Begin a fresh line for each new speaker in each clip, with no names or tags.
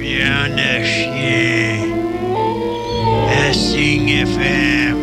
Il y en a chier. À Signe FM.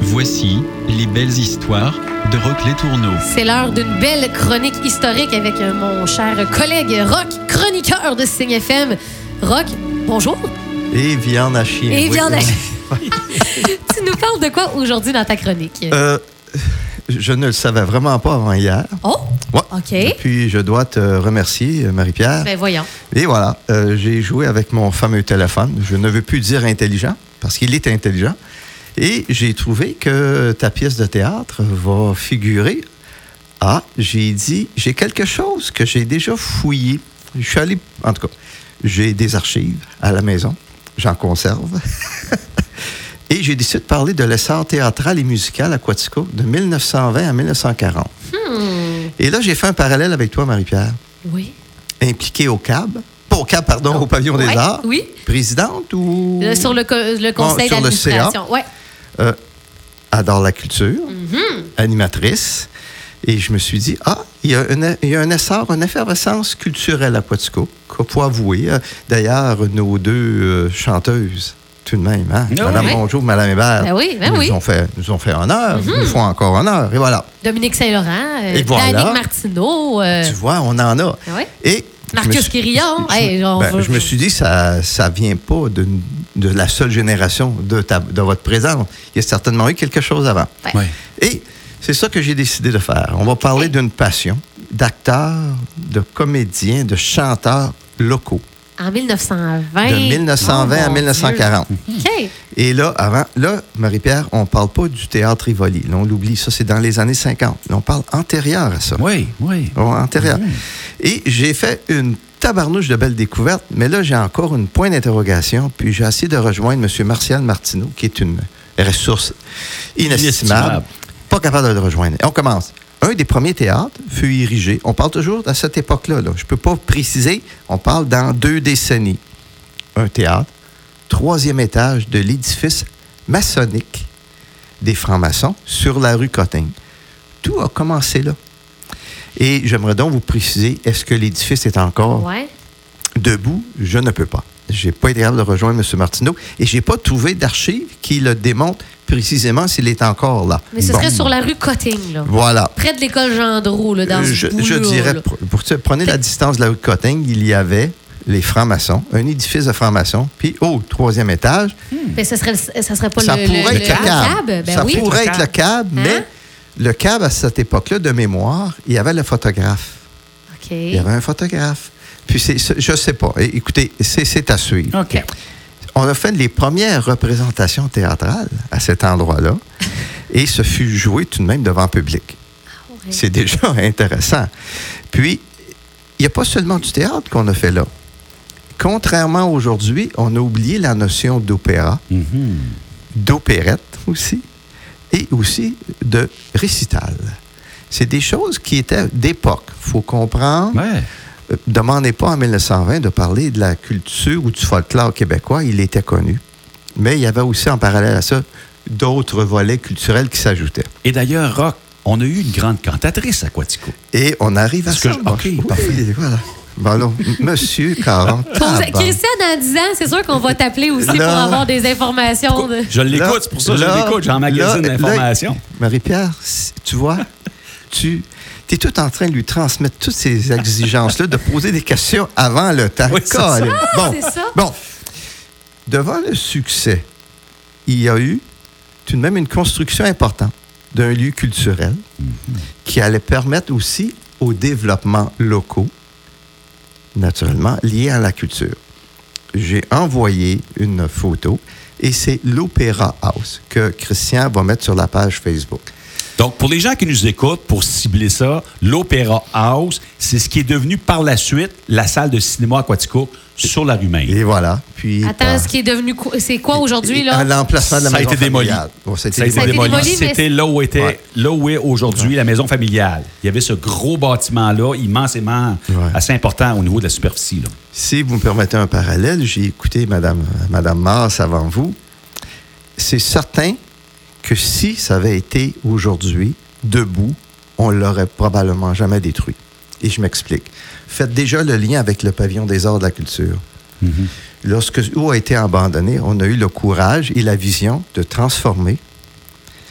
Voici les belles histoires de Rock Les Tourneaux.
C'est l'heure d'une belle chronique historique avec euh, mon cher collègue Rock, chroniqueur de Signe FM. Rock, bonjour.
Et viande à chier.
Et
Oui,
viande à
oui.
Tu nous parles de quoi aujourd'hui dans ta chronique?
Euh, je ne le savais vraiment pas avant hier.
oh,
Ouais.
OK.
Et puis, je dois te remercier, euh, Marie-Pierre.
Ben voyons.
Et voilà, euh, j'ai joué avec mon fameux téléphone. Je ne veux plus dire intelligent, parce qu'il est intelligent. Et j'ai trouvé que ta pièce de théâtre va figurer. Ah, j'ai dit, j'ai quelque chose que j'ai déjà fouillé. Je suis allé, en tout cas, j'ai des archives à la maison. J'en conserve. et j'ai décidé de parler de l'essor théâtral et musical à Quatico de 1920 à 1940. Et là, j'ai fait un parallèle avec toi, Marie-Pierre
Hmm. Oui.
impliquée au CAB, pas au CAB, pardon, au Pavillon des
Ouais,
Arts,
Oui.
présidente ou
Euh, sur le, co- le conseil
sur le CA.
d'administration. Ouais.
adore la culture,
Mhm.
animatrice. Et je me suis dit, ah, il y, a un- il y a un essor, une effervescence culturelle à Quatico, qu'on peut avouer. Euh, D'ailleurs, nos deux euh, chanteuses, tout de même, hein,
Ah
Madame
oui.
Bonjour, Madame Hébert,
Ben oui, ben
nous,
oui. Mhm.
ont fait, nous ont fait honneur, nous font encore honneur. Et voilà,
Dominique Saint-Laurent, euh,
Et voilà.
Danick Martineau. euh,
tu vois, on en a.
ah ouais.
Et je me
Marcus
suis-
Quirillon.
je-
Hey, on
ben,
va-
je me suis dit, ça ça vient pas de, de la seule génération de, ta- de votre présence. Il y a certainement eu quelque chose avant.
Ouais.
Ouais.
Et c'est ça que j'ai décidé de faire. On va parler d'une passion d'acteurs, de comédiens, de chanteurs locaux
En 1920.
de 1920 à
Oh, mon
1940.
Dieu. OK.
Et là, avant, là, Marie-Pierre, on parle pas du théâtre Rivoli. Là, on l'oublie, ça, c'est dans les années 50. Là, on parle antérieur à ça.
Oui, oui.
Bon, antérieur. Et j'ai fait une tabarnouche de belles découvertes, mais là, j'ai encore une point d'interrogation. Puis j'ai essayé de rejoindre M. Martial Martineau, qui est une ressource inestimable.
Inestimable.
Pas capable de le rejoindre. Et on commence. Un des premiers théâtres fut érigé. On parle toujours à cette époque-là. là. Je ne peux pas préciser. On parle dans deux décennies. Un théâtre, troisième étage de l'édifice maçonnique des francs-maçons sur la rue Cotting. Tout a commencé là. Et j'aimerais donc vous préciser, est-ce que l'édifice est encore
Ouais.
debout? Je ne peux pas. J'ai pas été capable de rejoindre M. Martineau et j'ai pas trouvé d'archives qui le démontrent précisément s'il est encore là.
Mais ce
Bon.
serait sur la rue Cotting, là.
Voilà.
Près de l'école Gendreau, là, dans
Euh,
ce
je, je
bout-là,
dirais,
là.
pr- pour, prenez la distance de la rue Cotting, il y avait les francs-maçons, un édifice de francs-maçons, puis au troisième étage,
Mais ce serait, le- ça serait pas
Hmm. ça
le,
pourrait
le-
être
le
le cab.
cab. Ben
ça
oui.
pourrait être le cab,
Hein?
mais le cab, à cette époque-là, de mémoire, il y avait le photographe.
OK.
Il y avait un photographe. Puis c'est- c'est- je sais pas. É- Écoutez, c'est c'est à
Ah.
suivre.
OK.
On a fait les premières représentations théâtrales à cet endroit-là. et ce fut joué tout de même devant public.
Ouais.
C'est déjà intéressant. Puis, il n'y a pas seulement du théâtre qu'on a fait là. Contrairement à aujourd'hui, on a oublié la notion d'opéra,
Mhm.
d'opérette aussi, et aussi de récital. C'est des choses qui étaient d'époque. faut comprendre
Ouais.
euh, demandez pas en 1920 de parler de la culture ou du folklore québécois, il était connu. Mais il y avait aussi en parallèle à ça d'autres volets culturels qui s'ajoutaient.
Et d'ailleurs, Rock, on a eu une grande cantatrice à Quatico.
Et on arrive à
Est-ce que
ça.
je-
moi.
OK,
Oui,
parfait.
voilà. Bon, alors, monsieur Caron.
Pose-
tabarnak.
Christiane, en 10 ans, c'est sûr qu'on va t'appeler aussi pour
Là.
avoir des informations. de-
Je l'écoute, c'est pour ça que je
là,
l'écoute. J'emmagasine
là,
l'information.
là, Marie-Pierre, si- tu vois, tu es tout en train de lui transmettre toutes ces exigences-là, de poser des questions avant le temps.
Oui, c'est ça.
Colin. Bon,
Ah, c'est ça.
bon, devant le succès, il y a eu tout de même une construction importante d'un lieu culturel
Mm-hmm.
qui allait permettre aussi au développement locaux, naturellement, lié à la culture. J'ai envoyé une photo et c'est l'Opéra House que Christian va mettre sur la page Facebook.
Donc, pour les gens qui nous écoutent, pour cibler ça, l'Opéra House, c'est ce qui est devenu par la suite la salle de cinéma Aquatico sur la rue Maine.
Et voilà. Puis euh,
Attends, ce qui est devenu. quoi- C'est quoi aujourd'hui,
À
là?
l'emplacement de la
ça a
maison
été démoli.
familiale. Bon, ça a été
Ça a été
démoli.
démoli.
démoli, mais-
C'était là où était,
Ouais.
là où est aujourd'hui la maison familiale. Il y avait ce gros bâtiment-là, immensément
Ouais.
assez important au niveau de la superficie. là.
Si vous me permettez un parallèle, j'ai écouté Madame, Madame Mars avant vous. C'est certain que si ça avait été aujourd'hui, debout, on l'aurait probablement jamais détruit. Et je m'explique. Faites déjà le lien avec le pavillon des arts de la culture. Lorsque Zoo a été abandonné, on a eu le courage et la vision de transformer.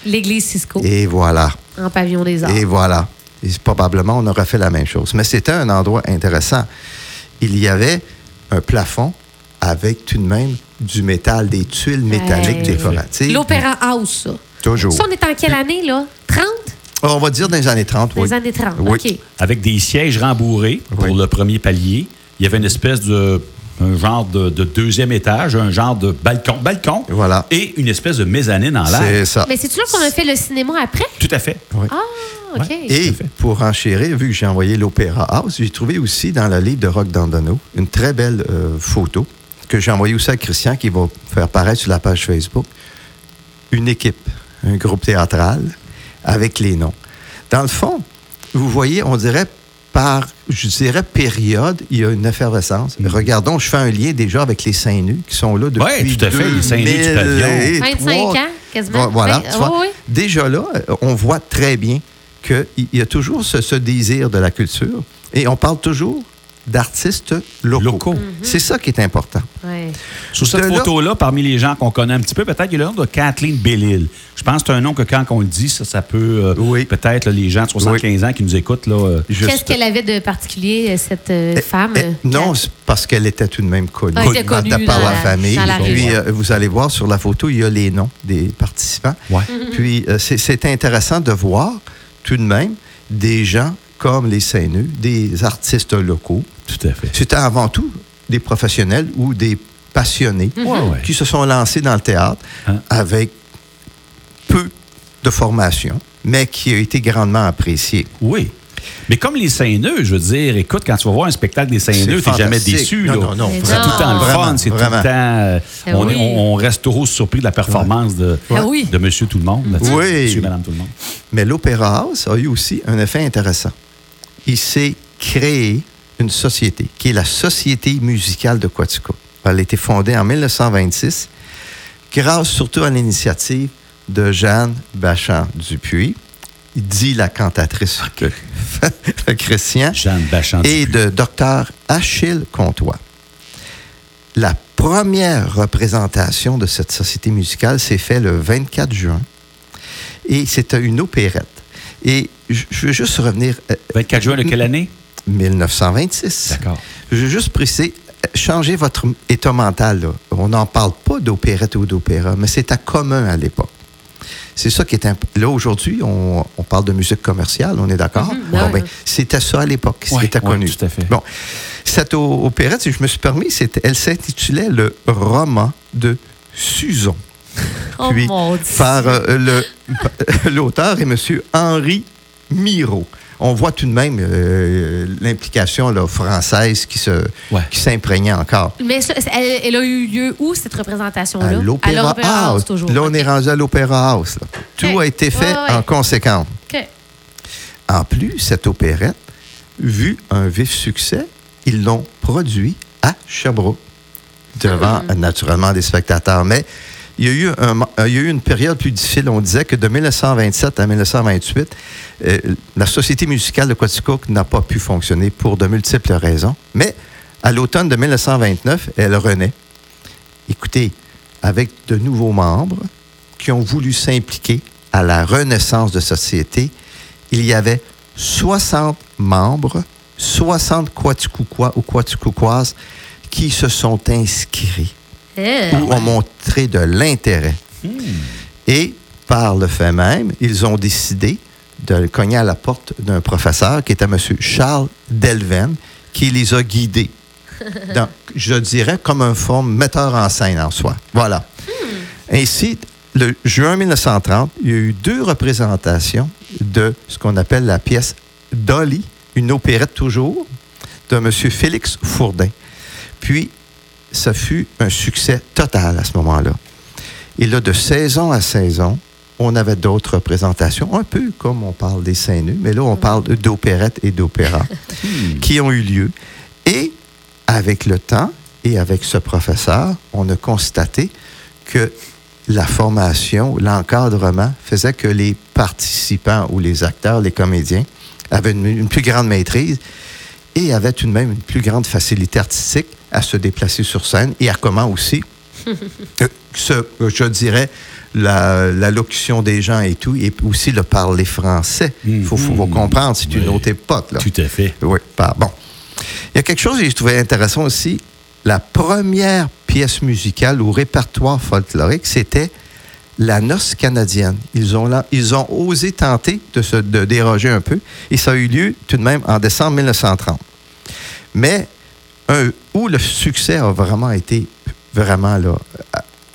L'église Cisco
Et voilà.
en pavillon des arts.
Et voilà. Et c'est- probablement, on aurait fait la même chose. Mais c'était un endroit intéressant. Il y avait un plafond avec tout de même du métal, des tuiles métalliques
Hey.
décoratives.
L'Opéra House, ça.
Toujours.
Ça, on est en quelle année, là? 30?
On va dire dans les années 30,
Dans
oui.
les années 30.
Oui.
OK.
avec des sièges rembourrés pour
Oui.
le premier palier. Il y avait une espèce de un genre de, de deuxième étage, un genre de balcon, balcon,
Voilà.
et une espèce de mezzanine en l'air.
C'est ça.
Mais c'est-tu là qu'on a fait le cinéma après?
Tout à fait.
Oui.
Ah, OK.
Et
fait.
pour enchérir, vu que j'ai envoyé l'Opéra House, j'ai trouvé aussi dans la livre de Rock Dandano une très belle euh, photo que j'ai envoyée aussi à Christian qui va faire paraître sur la page Facebook. Une équipe, un groupe théâtral avec les noms. Dans le fond, vous voyez, on dirait par, je dirais, période, il y a une effervescence. Regardons, je fais un lien déjà avec les seins nus qui sont là depuis
Mm. Ouais, tout à fait, les seins nus du pavillon.
25
2003.
ans, quasiment.
Voilà,
Vingt- Oh,
tu vois,
oui, oui.
déjà là, euh, on voit très bien qu'il y a toujours ce, ce désir de la culture et on parle toujours d'artistes locaux. Mm-hmm.
Locaux.
C'est ça qui est important.
Ouais.
Sur cette
De là-
photo-là, parmi les gens qu'on connaît un petit peu, peut-être il y a le nom de Kathleen Bellil. Je pense que c'est un nom que quand on le dit, ça, ça peut euh,
Oui.
peut-être là, les gens de 75 ans qui nous écoutent. Là, euh,
Juste-
Qu'est-ce qu'elle avait de particulier, euh, cette euh,
Eh,
femme?
eh,
euh,
non,
qui
c'est parce qu'elle était tout de même connue,
Ah, Elle était
par-
connue
par
dans
la
la-
famille.
dans la
Puis
région.
euh, vous allez voir sur la photo, il y a les noms des participants.
ouais.
Mm-hmm.
Puis euh, c'est- c'est intéressant de voir tout de même des gens comme les seins nus, des artistes locaux.
Tout à fait.
C'était avant tout des professionnels ou des passionnés
Ouais, ouais.
qui se sont lancés dans le théâtre
Hein?
avec peu de formation, mais qui a été grandement apprécié.
Oui. Mais comme les Saint-Neux, je veux dire, écoute, quand tu vas voir un spectacle des Saint-Neux, t'es jamais
fantastique.
déçu.
Non,
là.
non, non,
C'est
C'est
vraiment.
tout le temps le
Vraiment,
fun, c'est tout
vraiment.
le temps. euh,
Eh
on, est-
oui.
on- on reste toujours surpris de la performance de,
Ouais. Ah oui.
de Monsieur Tout le Monde. là, tu sais,
Oui.
Monsieur, Madame Tout le Monde.
Mais l'Opéra House a eu aussi un effet intéressant. Il s'est créé une société qui est la Société musicale de Quatico. Elle a été fondée en 1926 grâce surtout à l'initiative de Jeanne Bachand-Dupuis, dit la cantatrice de Christian.
Jeanne Bachand.
et de Dr. Achille Comtois. La première représentation de cette société musicale s'est faite le 24 juin et c'était une opérette. Et j- je veux juste revenir euh,
24 juin de quelle année?
1926.
D'accord.
Je veux juste préciser, euh, changez votre m- état mental. là. On n'en parle pas d'opérette ou d'opéra, mais c'était commun à l'époque. C'est ça qui est imp- Là, aujourd'hui, on, on parle de musique commerciale, on est d'accord?
Mhm, ouais,
Bon, ben,
ouais.
c'était ça à l'époque,
Ouais,
c'était
ouais,
connu.
tout à fait.
Bon, cette o- opérette, si je me suis permis, c'était- elle s'intitulait Le roman de Suzon,
Oh
puis
mon Dieu.
par euh, le- l'auteur et M. Henri Miro. On voit tout de même euh, l'implication là, française qui se
Ouais.
qui s'imprégnait encore.
Mais ça, c'est- elle, elle a eu lieu où, cette représentation-là?
À l'Opéra House.
toujours.
Là, on est rendu à l'Opéra House. là. Tout
Ok.
a été fait
Ouais, ouais.
en conséquence.
OK.
En plus, cette opérette, vu un vif succès, ils l'ont produit à Sherbrooke, devant naturellement des spectateurs. Mais il y, a eu un mo- euh, il y a eu une période plus difficile. On disait que de 1927 à 1928, euh, la Société musicale de Quaticook n'a pas pu fonctionner pour de multiples raisons. Mais à l'automne de 1929, elle renaît. Écoutez, avec de nouveaux membres qui ont voulu s'impliquer à la renaissance de société, il y avait 60 membres, 60 Quaticoquois ou Quaticoquoises qui se sont inscrits
Eh.
ou ont montré de l'intérêt. Et par le fait même, ils ont décidé de cogner à la porte d'un professeur qui était M. Charles Delven, qui les a guidés. dans- je dirais comme un forme metteur en scène en soi. Voilà. Ainsi, le juin 1930, il y a eu deux représentations de ce qu'on appelle la pièce Dolly, une opérette toujours, de M. Félix Fourdin. Puis, ça fut un succès total à ce moment-là. Et là, de saison à saison, on avait d'autres représentations, un peu comme on parle des seins nus, mais là, on parle d'opérettes et d'opéras qui ont eu lieu. Et avec le temps et avec ce professeur, on a constaté que la formation, l'encadrement faisait que les participants ou les acteurs, les comédiens, avaient une, une plus grande maîtrise et avait tout de même une plus grande facilité artistique à se déplacer sur scène et à comment aussi, euh, se- je dirais, la, la locution des gens et tout, et aussi le parler français. Il faut, faut- faut comprendre, c'est une
Oui.
autre époque. Là.
Tout à fait.
Oui, pardon. Il y a quelque chose que je trouvais intéressant aussi. La première pièce musicale ou répertoire folklorique, c'était la noce canadienne. Ils ont, la- ils ont osé tenter de se de déroger un peu et ça a eu lieu tout de même en décembre 1930. Mais un- où le succès a vraiment été vraiment là,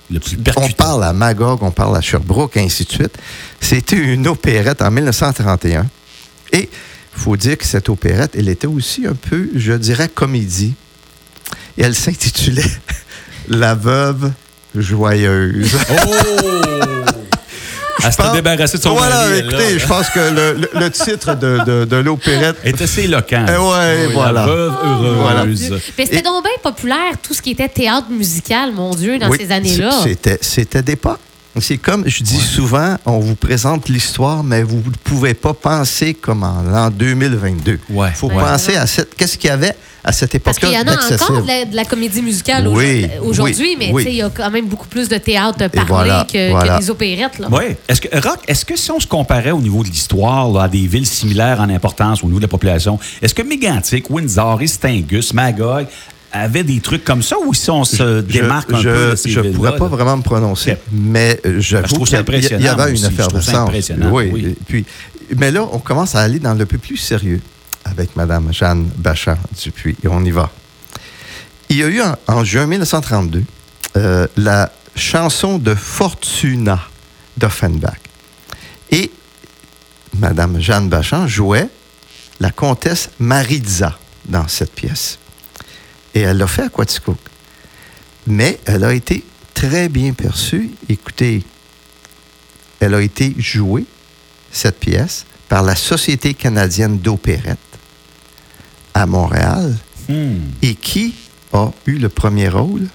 Le plus
on
percutant.
parle à Magog, on parle à Sherbrooke, et ainsi de suite. C'était une opérette en 1931. Et il faut dire que cette opérette, elle était aussi un peu, je dirais, comédie. Et elle s'intitulait La veuve joyeuse.
Oh! Elle s'était
pense-
débarrassée de son
voilà,
mari, elle,
écoutez,
là.
je pense que le, le- le titre de, de- de l'opérette.
Elle est assez éloquente.
Eh ouais,
Oui,
voilà.
La veuve heureuse.
Oh Mais c'était
Et-
donc bien populaire, tout ce qui était théâtre musical, mon Dieu, dans
Oui,
ces années-là.
c'est- C'était, c'était des pas. C'est comme je dis souvent, on vous présente l'histoire, mais vous ne pouvez pas penser comme en l'an 2022. Il
Ouais,
faut
ouais.
penser à cette, qu'est-ce qu'il y avait à cette
Parce qu'il
époque-là
y en a
d'accessible.
encore de la, de la comédie musicale
Oui,
aujourd'hui-
oui,
aujourd'hui, mais
oui.
tu sais, il y a quand même beaucoup plus de théâtre parlé
voilà,
que, que
voilà.
des opérettes. Là.
Oui. Est-ce que, Rock, est-ce que si on se comparait au niveau de l'histoire là, à des villes similaires en importance au niveau de la population, est-ce que Mégantic, Windsor, Istingus, Magog avaient des trucs comme ça ou si on se
Je-
démarque Euh, un
je,
peu de ces
je
villes-là,
pourrais
là?
pas vraiment me prononcer,
Ok.
mais euh,
Je
j'avoue
trouve
qu'il
ça
y a- il y
impressionnant, moi
avait
aussi.
une
Je trouve ça
effervescence.
impressionnant,
oui.
oui.
et puis, mais là, on commence à aller dans le peu plus sérieux avec Mme Jeanne Bachand Dupuis. Et on y va. Il y a eu en, en juin 1932 euh, la chanson de Fortuna d'Offenbach. Et Mme Jeanne Bachand jouait la comtesse Maritza dans cette pièce. Et elle l'a fait à Quaticook. Mais elle a été très bien perçue. Écoutez, elle a été jouée, cette pièce, par la Société canadienne d'opérette à Montréal.
Hmm.
Et qui a eu le premier rôle?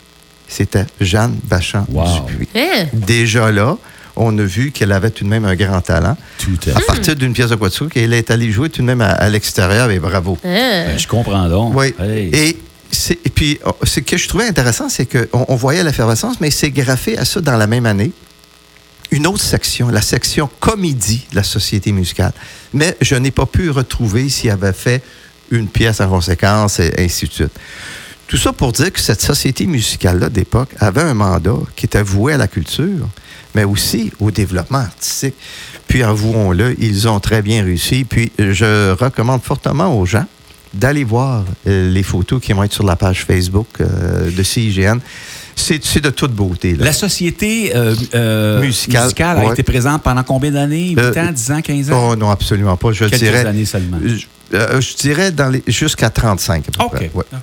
C'était Jeanne
Wow.
Bachand-Dupuis.
Hein?
Déjà là, on a vu qu'elle avait tout de même un grand talent.
Tout à
À
fait.
partir d'une pièce de Quaticook, elle est allée jouer tout de même à, à l'extérieur, et bravo.
Hein?
Ben, je comprends donc.
Oui.
Hey.
Et, c'est- et puis, oh, ce que je trouvais intéressant, c'est qu'on on voyait l'effervescence, mais c'est graffé à ça dans la même année. Une autre section, la section comédie de la Société musicale. Mais je n'ai pas pu retrouver s'il avait fait une pièce en conséquence, et ainsi de suite. Tout ça pour dire que cette société musicale-là d'époque avait un mandat qui était voué à la culture, mais aussi au développement artistique. Puis avouons-le, ils ont très bien réussi. Puis euh, je recommande fortement aux gens d'aller voir euh, les photos qui vont être sur la page Facebook euh, de CIGN. C'est c'est de toute beauté. Là.
La société euh, euh,
Musicale,
musicale, a
ouais.
été présente pendant combien d'années? 8
Euh,
ans, 10 ans, 15 ans?
Oh non, absolument pas. Je
Quelques
dirais.
années seulement.
Je, euh, je dirais dans les- jusqu'à 35 à peu
OK.
près. Ouais.
OK.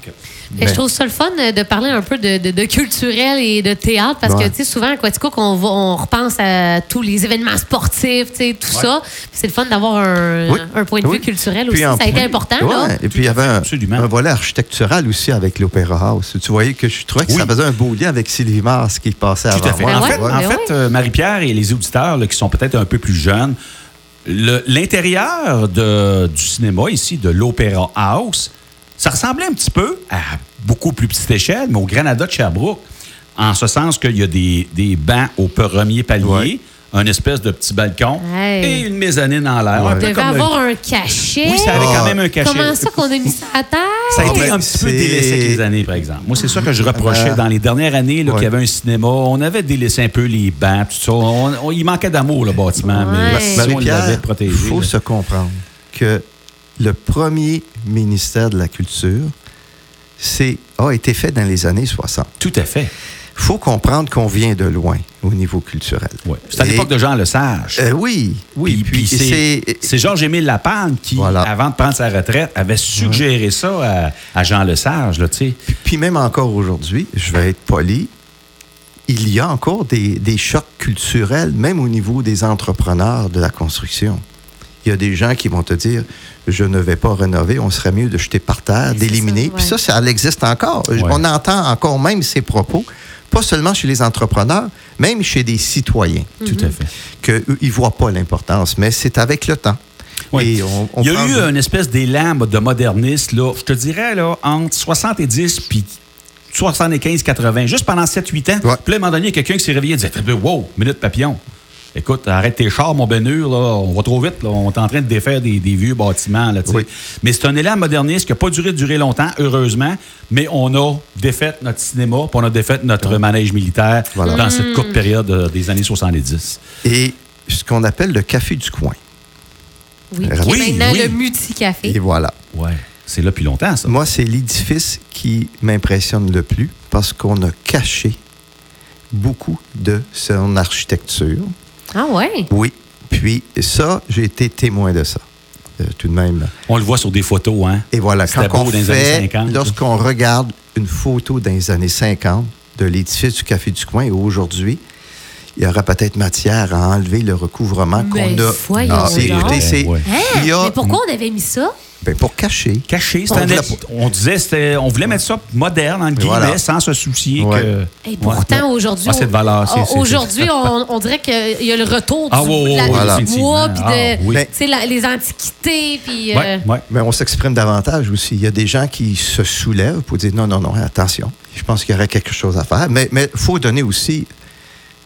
Fait que
Ben.
je trouve ça le fun euh, de parler un peu de, de- de culturel et de théâtre parce
Ouais.
que, tu sais, souvent, à Quaticook, on, va- on repense à tous les événements sportifs, tu sais, tout ça. Puis C'est le fun d'avoir un,
Oui.
Euh, un point de
Oui.
vue culturel
Puis
aussi.
en
Ça a été
plus-
important, là.
Ouais, Et puis il y avait un,
Absolument.
un volet architectural aussi avec l'Opéra House. Tu voyais que je trouvais que
Oui.
ça faisait un beau lien avec Sylvie Mars qui passait
Tout à
avant
fait.
moi.
en
ouais,
fait,
ouais.
en
Ben
fait,
ouais.
euh, Marie-Pierre et les auditeurs là, qui sont peut-être un peu plus jeunes, le- l'intérieur de- du cinéma ici, de l'Opéra House, ça ressemblait un petit peu à beaucoup plus petite échelle, mais au Granada de Sherbrooke. En ce sens qu'il y a des, des bancs au premier palier,
Ouais.
un espèce de petit balcon
Hey.
et une mezzanine en l'air. un
Ouais.
peu
On devait
comme le-
avoir un cachet.
Oui, ça avait quand
Ah.
même un cachet.
Comment ça qu'on a mis ça à terre?
Ça a
Ah,
été
ben,
un petit peu
c'est-
délaissé avec les années, par exemple. Moi, c'est ça que je reprochais
Ben,
dans les dernières années, là,
ouais.
qu'il y avait un cinéma. On avait délaissé un peu les bancs, tout ça. On- on- il manquait d'amour, le bâtiment, mais
Ouais.
si on l'avait
Marie-Pierre, il
protégé.
faut
là.
se comprendre que le premier ministère de la Culture c'est- a été fait dans les années 60.
Tout à fait.
faut comprendre qu'on vient de loin au niveau culturel.
Ouais. C'est à
Et-
l'époque de Jean Lesage.
Euh, oui, oui.
Puis- puis c'est- c'est Georges-Émile Lapanne qui,
Voilà. Hum.
avant de prendre sa retraite, avait suggéré ça à, à Jean Lesage, là, tu sais.
Puis- Puis même encore aujourd'hui, je vais être poli, il y a encore des, des chocs culturels, même au niveau des entrepreneurs de la construction. Il y a des gens qui vont te dire Je ne vais pas rénover, on serait mieux de jeter par terre,
Mais c'est
d'éliminer.
ça,
Puis ça,
ouais.
ça existe encore.
Ouais.
On entend encore même ces propos, pas seulement chez les entrepreneurs, même chez des citoyens,
Mm.
Tout à fait.
qu'ils ne voient pas l'importance, mais c'est avec le temps.
Ouais.
Et on, on
Il y a
parle
eu
de-
une espèce d'élan de moderniste, là, je te dirais, là, entre 70 puis 75-80, juste pendant 7-8 ans.
Ouais.
Puis là, à un moment donné, il y a quelqu'un qui s'est réveillé et disait Wow, minute papillon. Écoute, arrête tes chars, mon bénur, là, on va trop vite, là, on est en train de défaire des, des vieux bâtiments. Là, tu sais.
Oui.
Mais c'est un élan moderniste qui n'a pas duré, duré longtemps, heureusement, mais on a défait notre cinéma, puis on a défait notre manège militaire
Voilà.
dans cette courte période euh, des années 70.
Et ce qu'on appelle le café du coin.
Oui, qui est
Oui,
maintenant
oui.
le multi-café.
Et voilà.
Ouais. C'est là depuis longtemps, ça.
Moi, c'est l'édifice qui m'impressionne le plus parce qu'on a caché beaucoup de son architecture.
Ah ouais?
Oui. Puis ça, j'ai été témoin de ça. Euh, tout de même.
On le voit sur des photos, hein?
Et voilà,
C'était
quand
beau
on
dans les
fait,
années 50,
lorsqu'on regarde une photo dans les années 50 de l'édifice du Café du Coin et aujourd'hui, il y aura peut-être matière à enlever le recouvrement
Mais
qu'on a.
voyons
Ah, c'est-
donc.
écoutez, c'est-
Ouais.
Hein?
Il y a-
Mais pourquoi on avait mis ça?
ben, pour cacher.
caché.
On
On,
voulait
on disait, c'était- on voulait mettre ça moderne, entre guillemets,
Voilà.
sans se soucier
Ouais.
que.
Et pourtant,
Ouais.
aujourd'hui,
Ah, c'est de valeur. c'est-
on-
c'est- c'est-
aujourd'hui, on, on dirait qu'il y a le retour
Ah,
du,
ouais, ouais,
la-
ouais,
voilà.
du bois, puis de,
Ah, oui.
tu sais, la- les antiquités, puis... euh,
Ouais, ouais.
Mais on s'exprime davantage aussi. Il y a des gens qui se soulèvent pour dire non, non, non, attention. Je pense qu'il y aurait quelque chose à faire. Mais il faut donner aussi,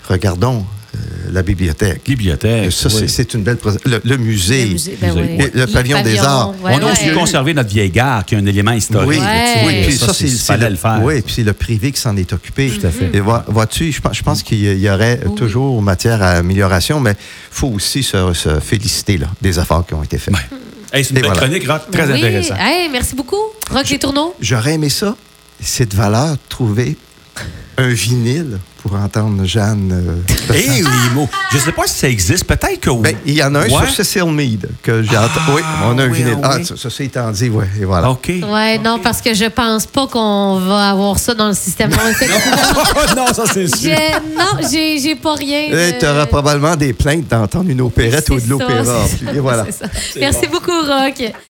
regardons euh, la bibliothèque.
Bibliothèque.
Ça,
ouais.
c'est- c'est une belle présentation. Le, le musée.
le musée, ben
musée.
oui.
Et le pavillon des arts.
ouais,
on a aussi
ouais.
conservé notre vieille gare, qui est un élément historique.
Oui,
Ouais.
oui, puis ça, c'est
il
c'est
fallait
le,
le faire.
oui, puis c'est le privé qui s'en est occupé.
Tout à fait.
Et vois- vois-tu, je, pense- je pense qu'il y- y aurait
Oui.
toujours matière à amélioration, mais faut aussi se, se féliciter là, des efforts qui ont été faits.
Hey, c'est une
Et
belle
voilà.
chronique, Rock, très
Oui. Ah.
intéressante.
Hey, merci beaucoup, Rock Les Tourneaux.
J'aurais aimé ça, cette valeur, trouver un vinyle pour entendre Jeanne. euh,
Hé, les mots. Je ne sais pas si ça existe. Peut-être que oui.
ben, il y en a un
Ouais.
sur Cecil Mead que j'ai entendu. Oui, on a un
oui,
vinyle.
ah
Ah,
oui.
ça, ça, c'est étendu, oui, et voilà.
Oh.
OK.
Ouais, non, parce que je pense pas qu'on va avoir ça dans le système. Non, c'est-
non, ça, c'est sûr.
j'ai- non, j'ai j'ai pas rien.
Et
de-
tu auras probablement des plaintes d'entendre une opérette ou
C'est
de l'opéra.
ça, c'est
Et voilà.
ça. Merci beaucoup, Rock.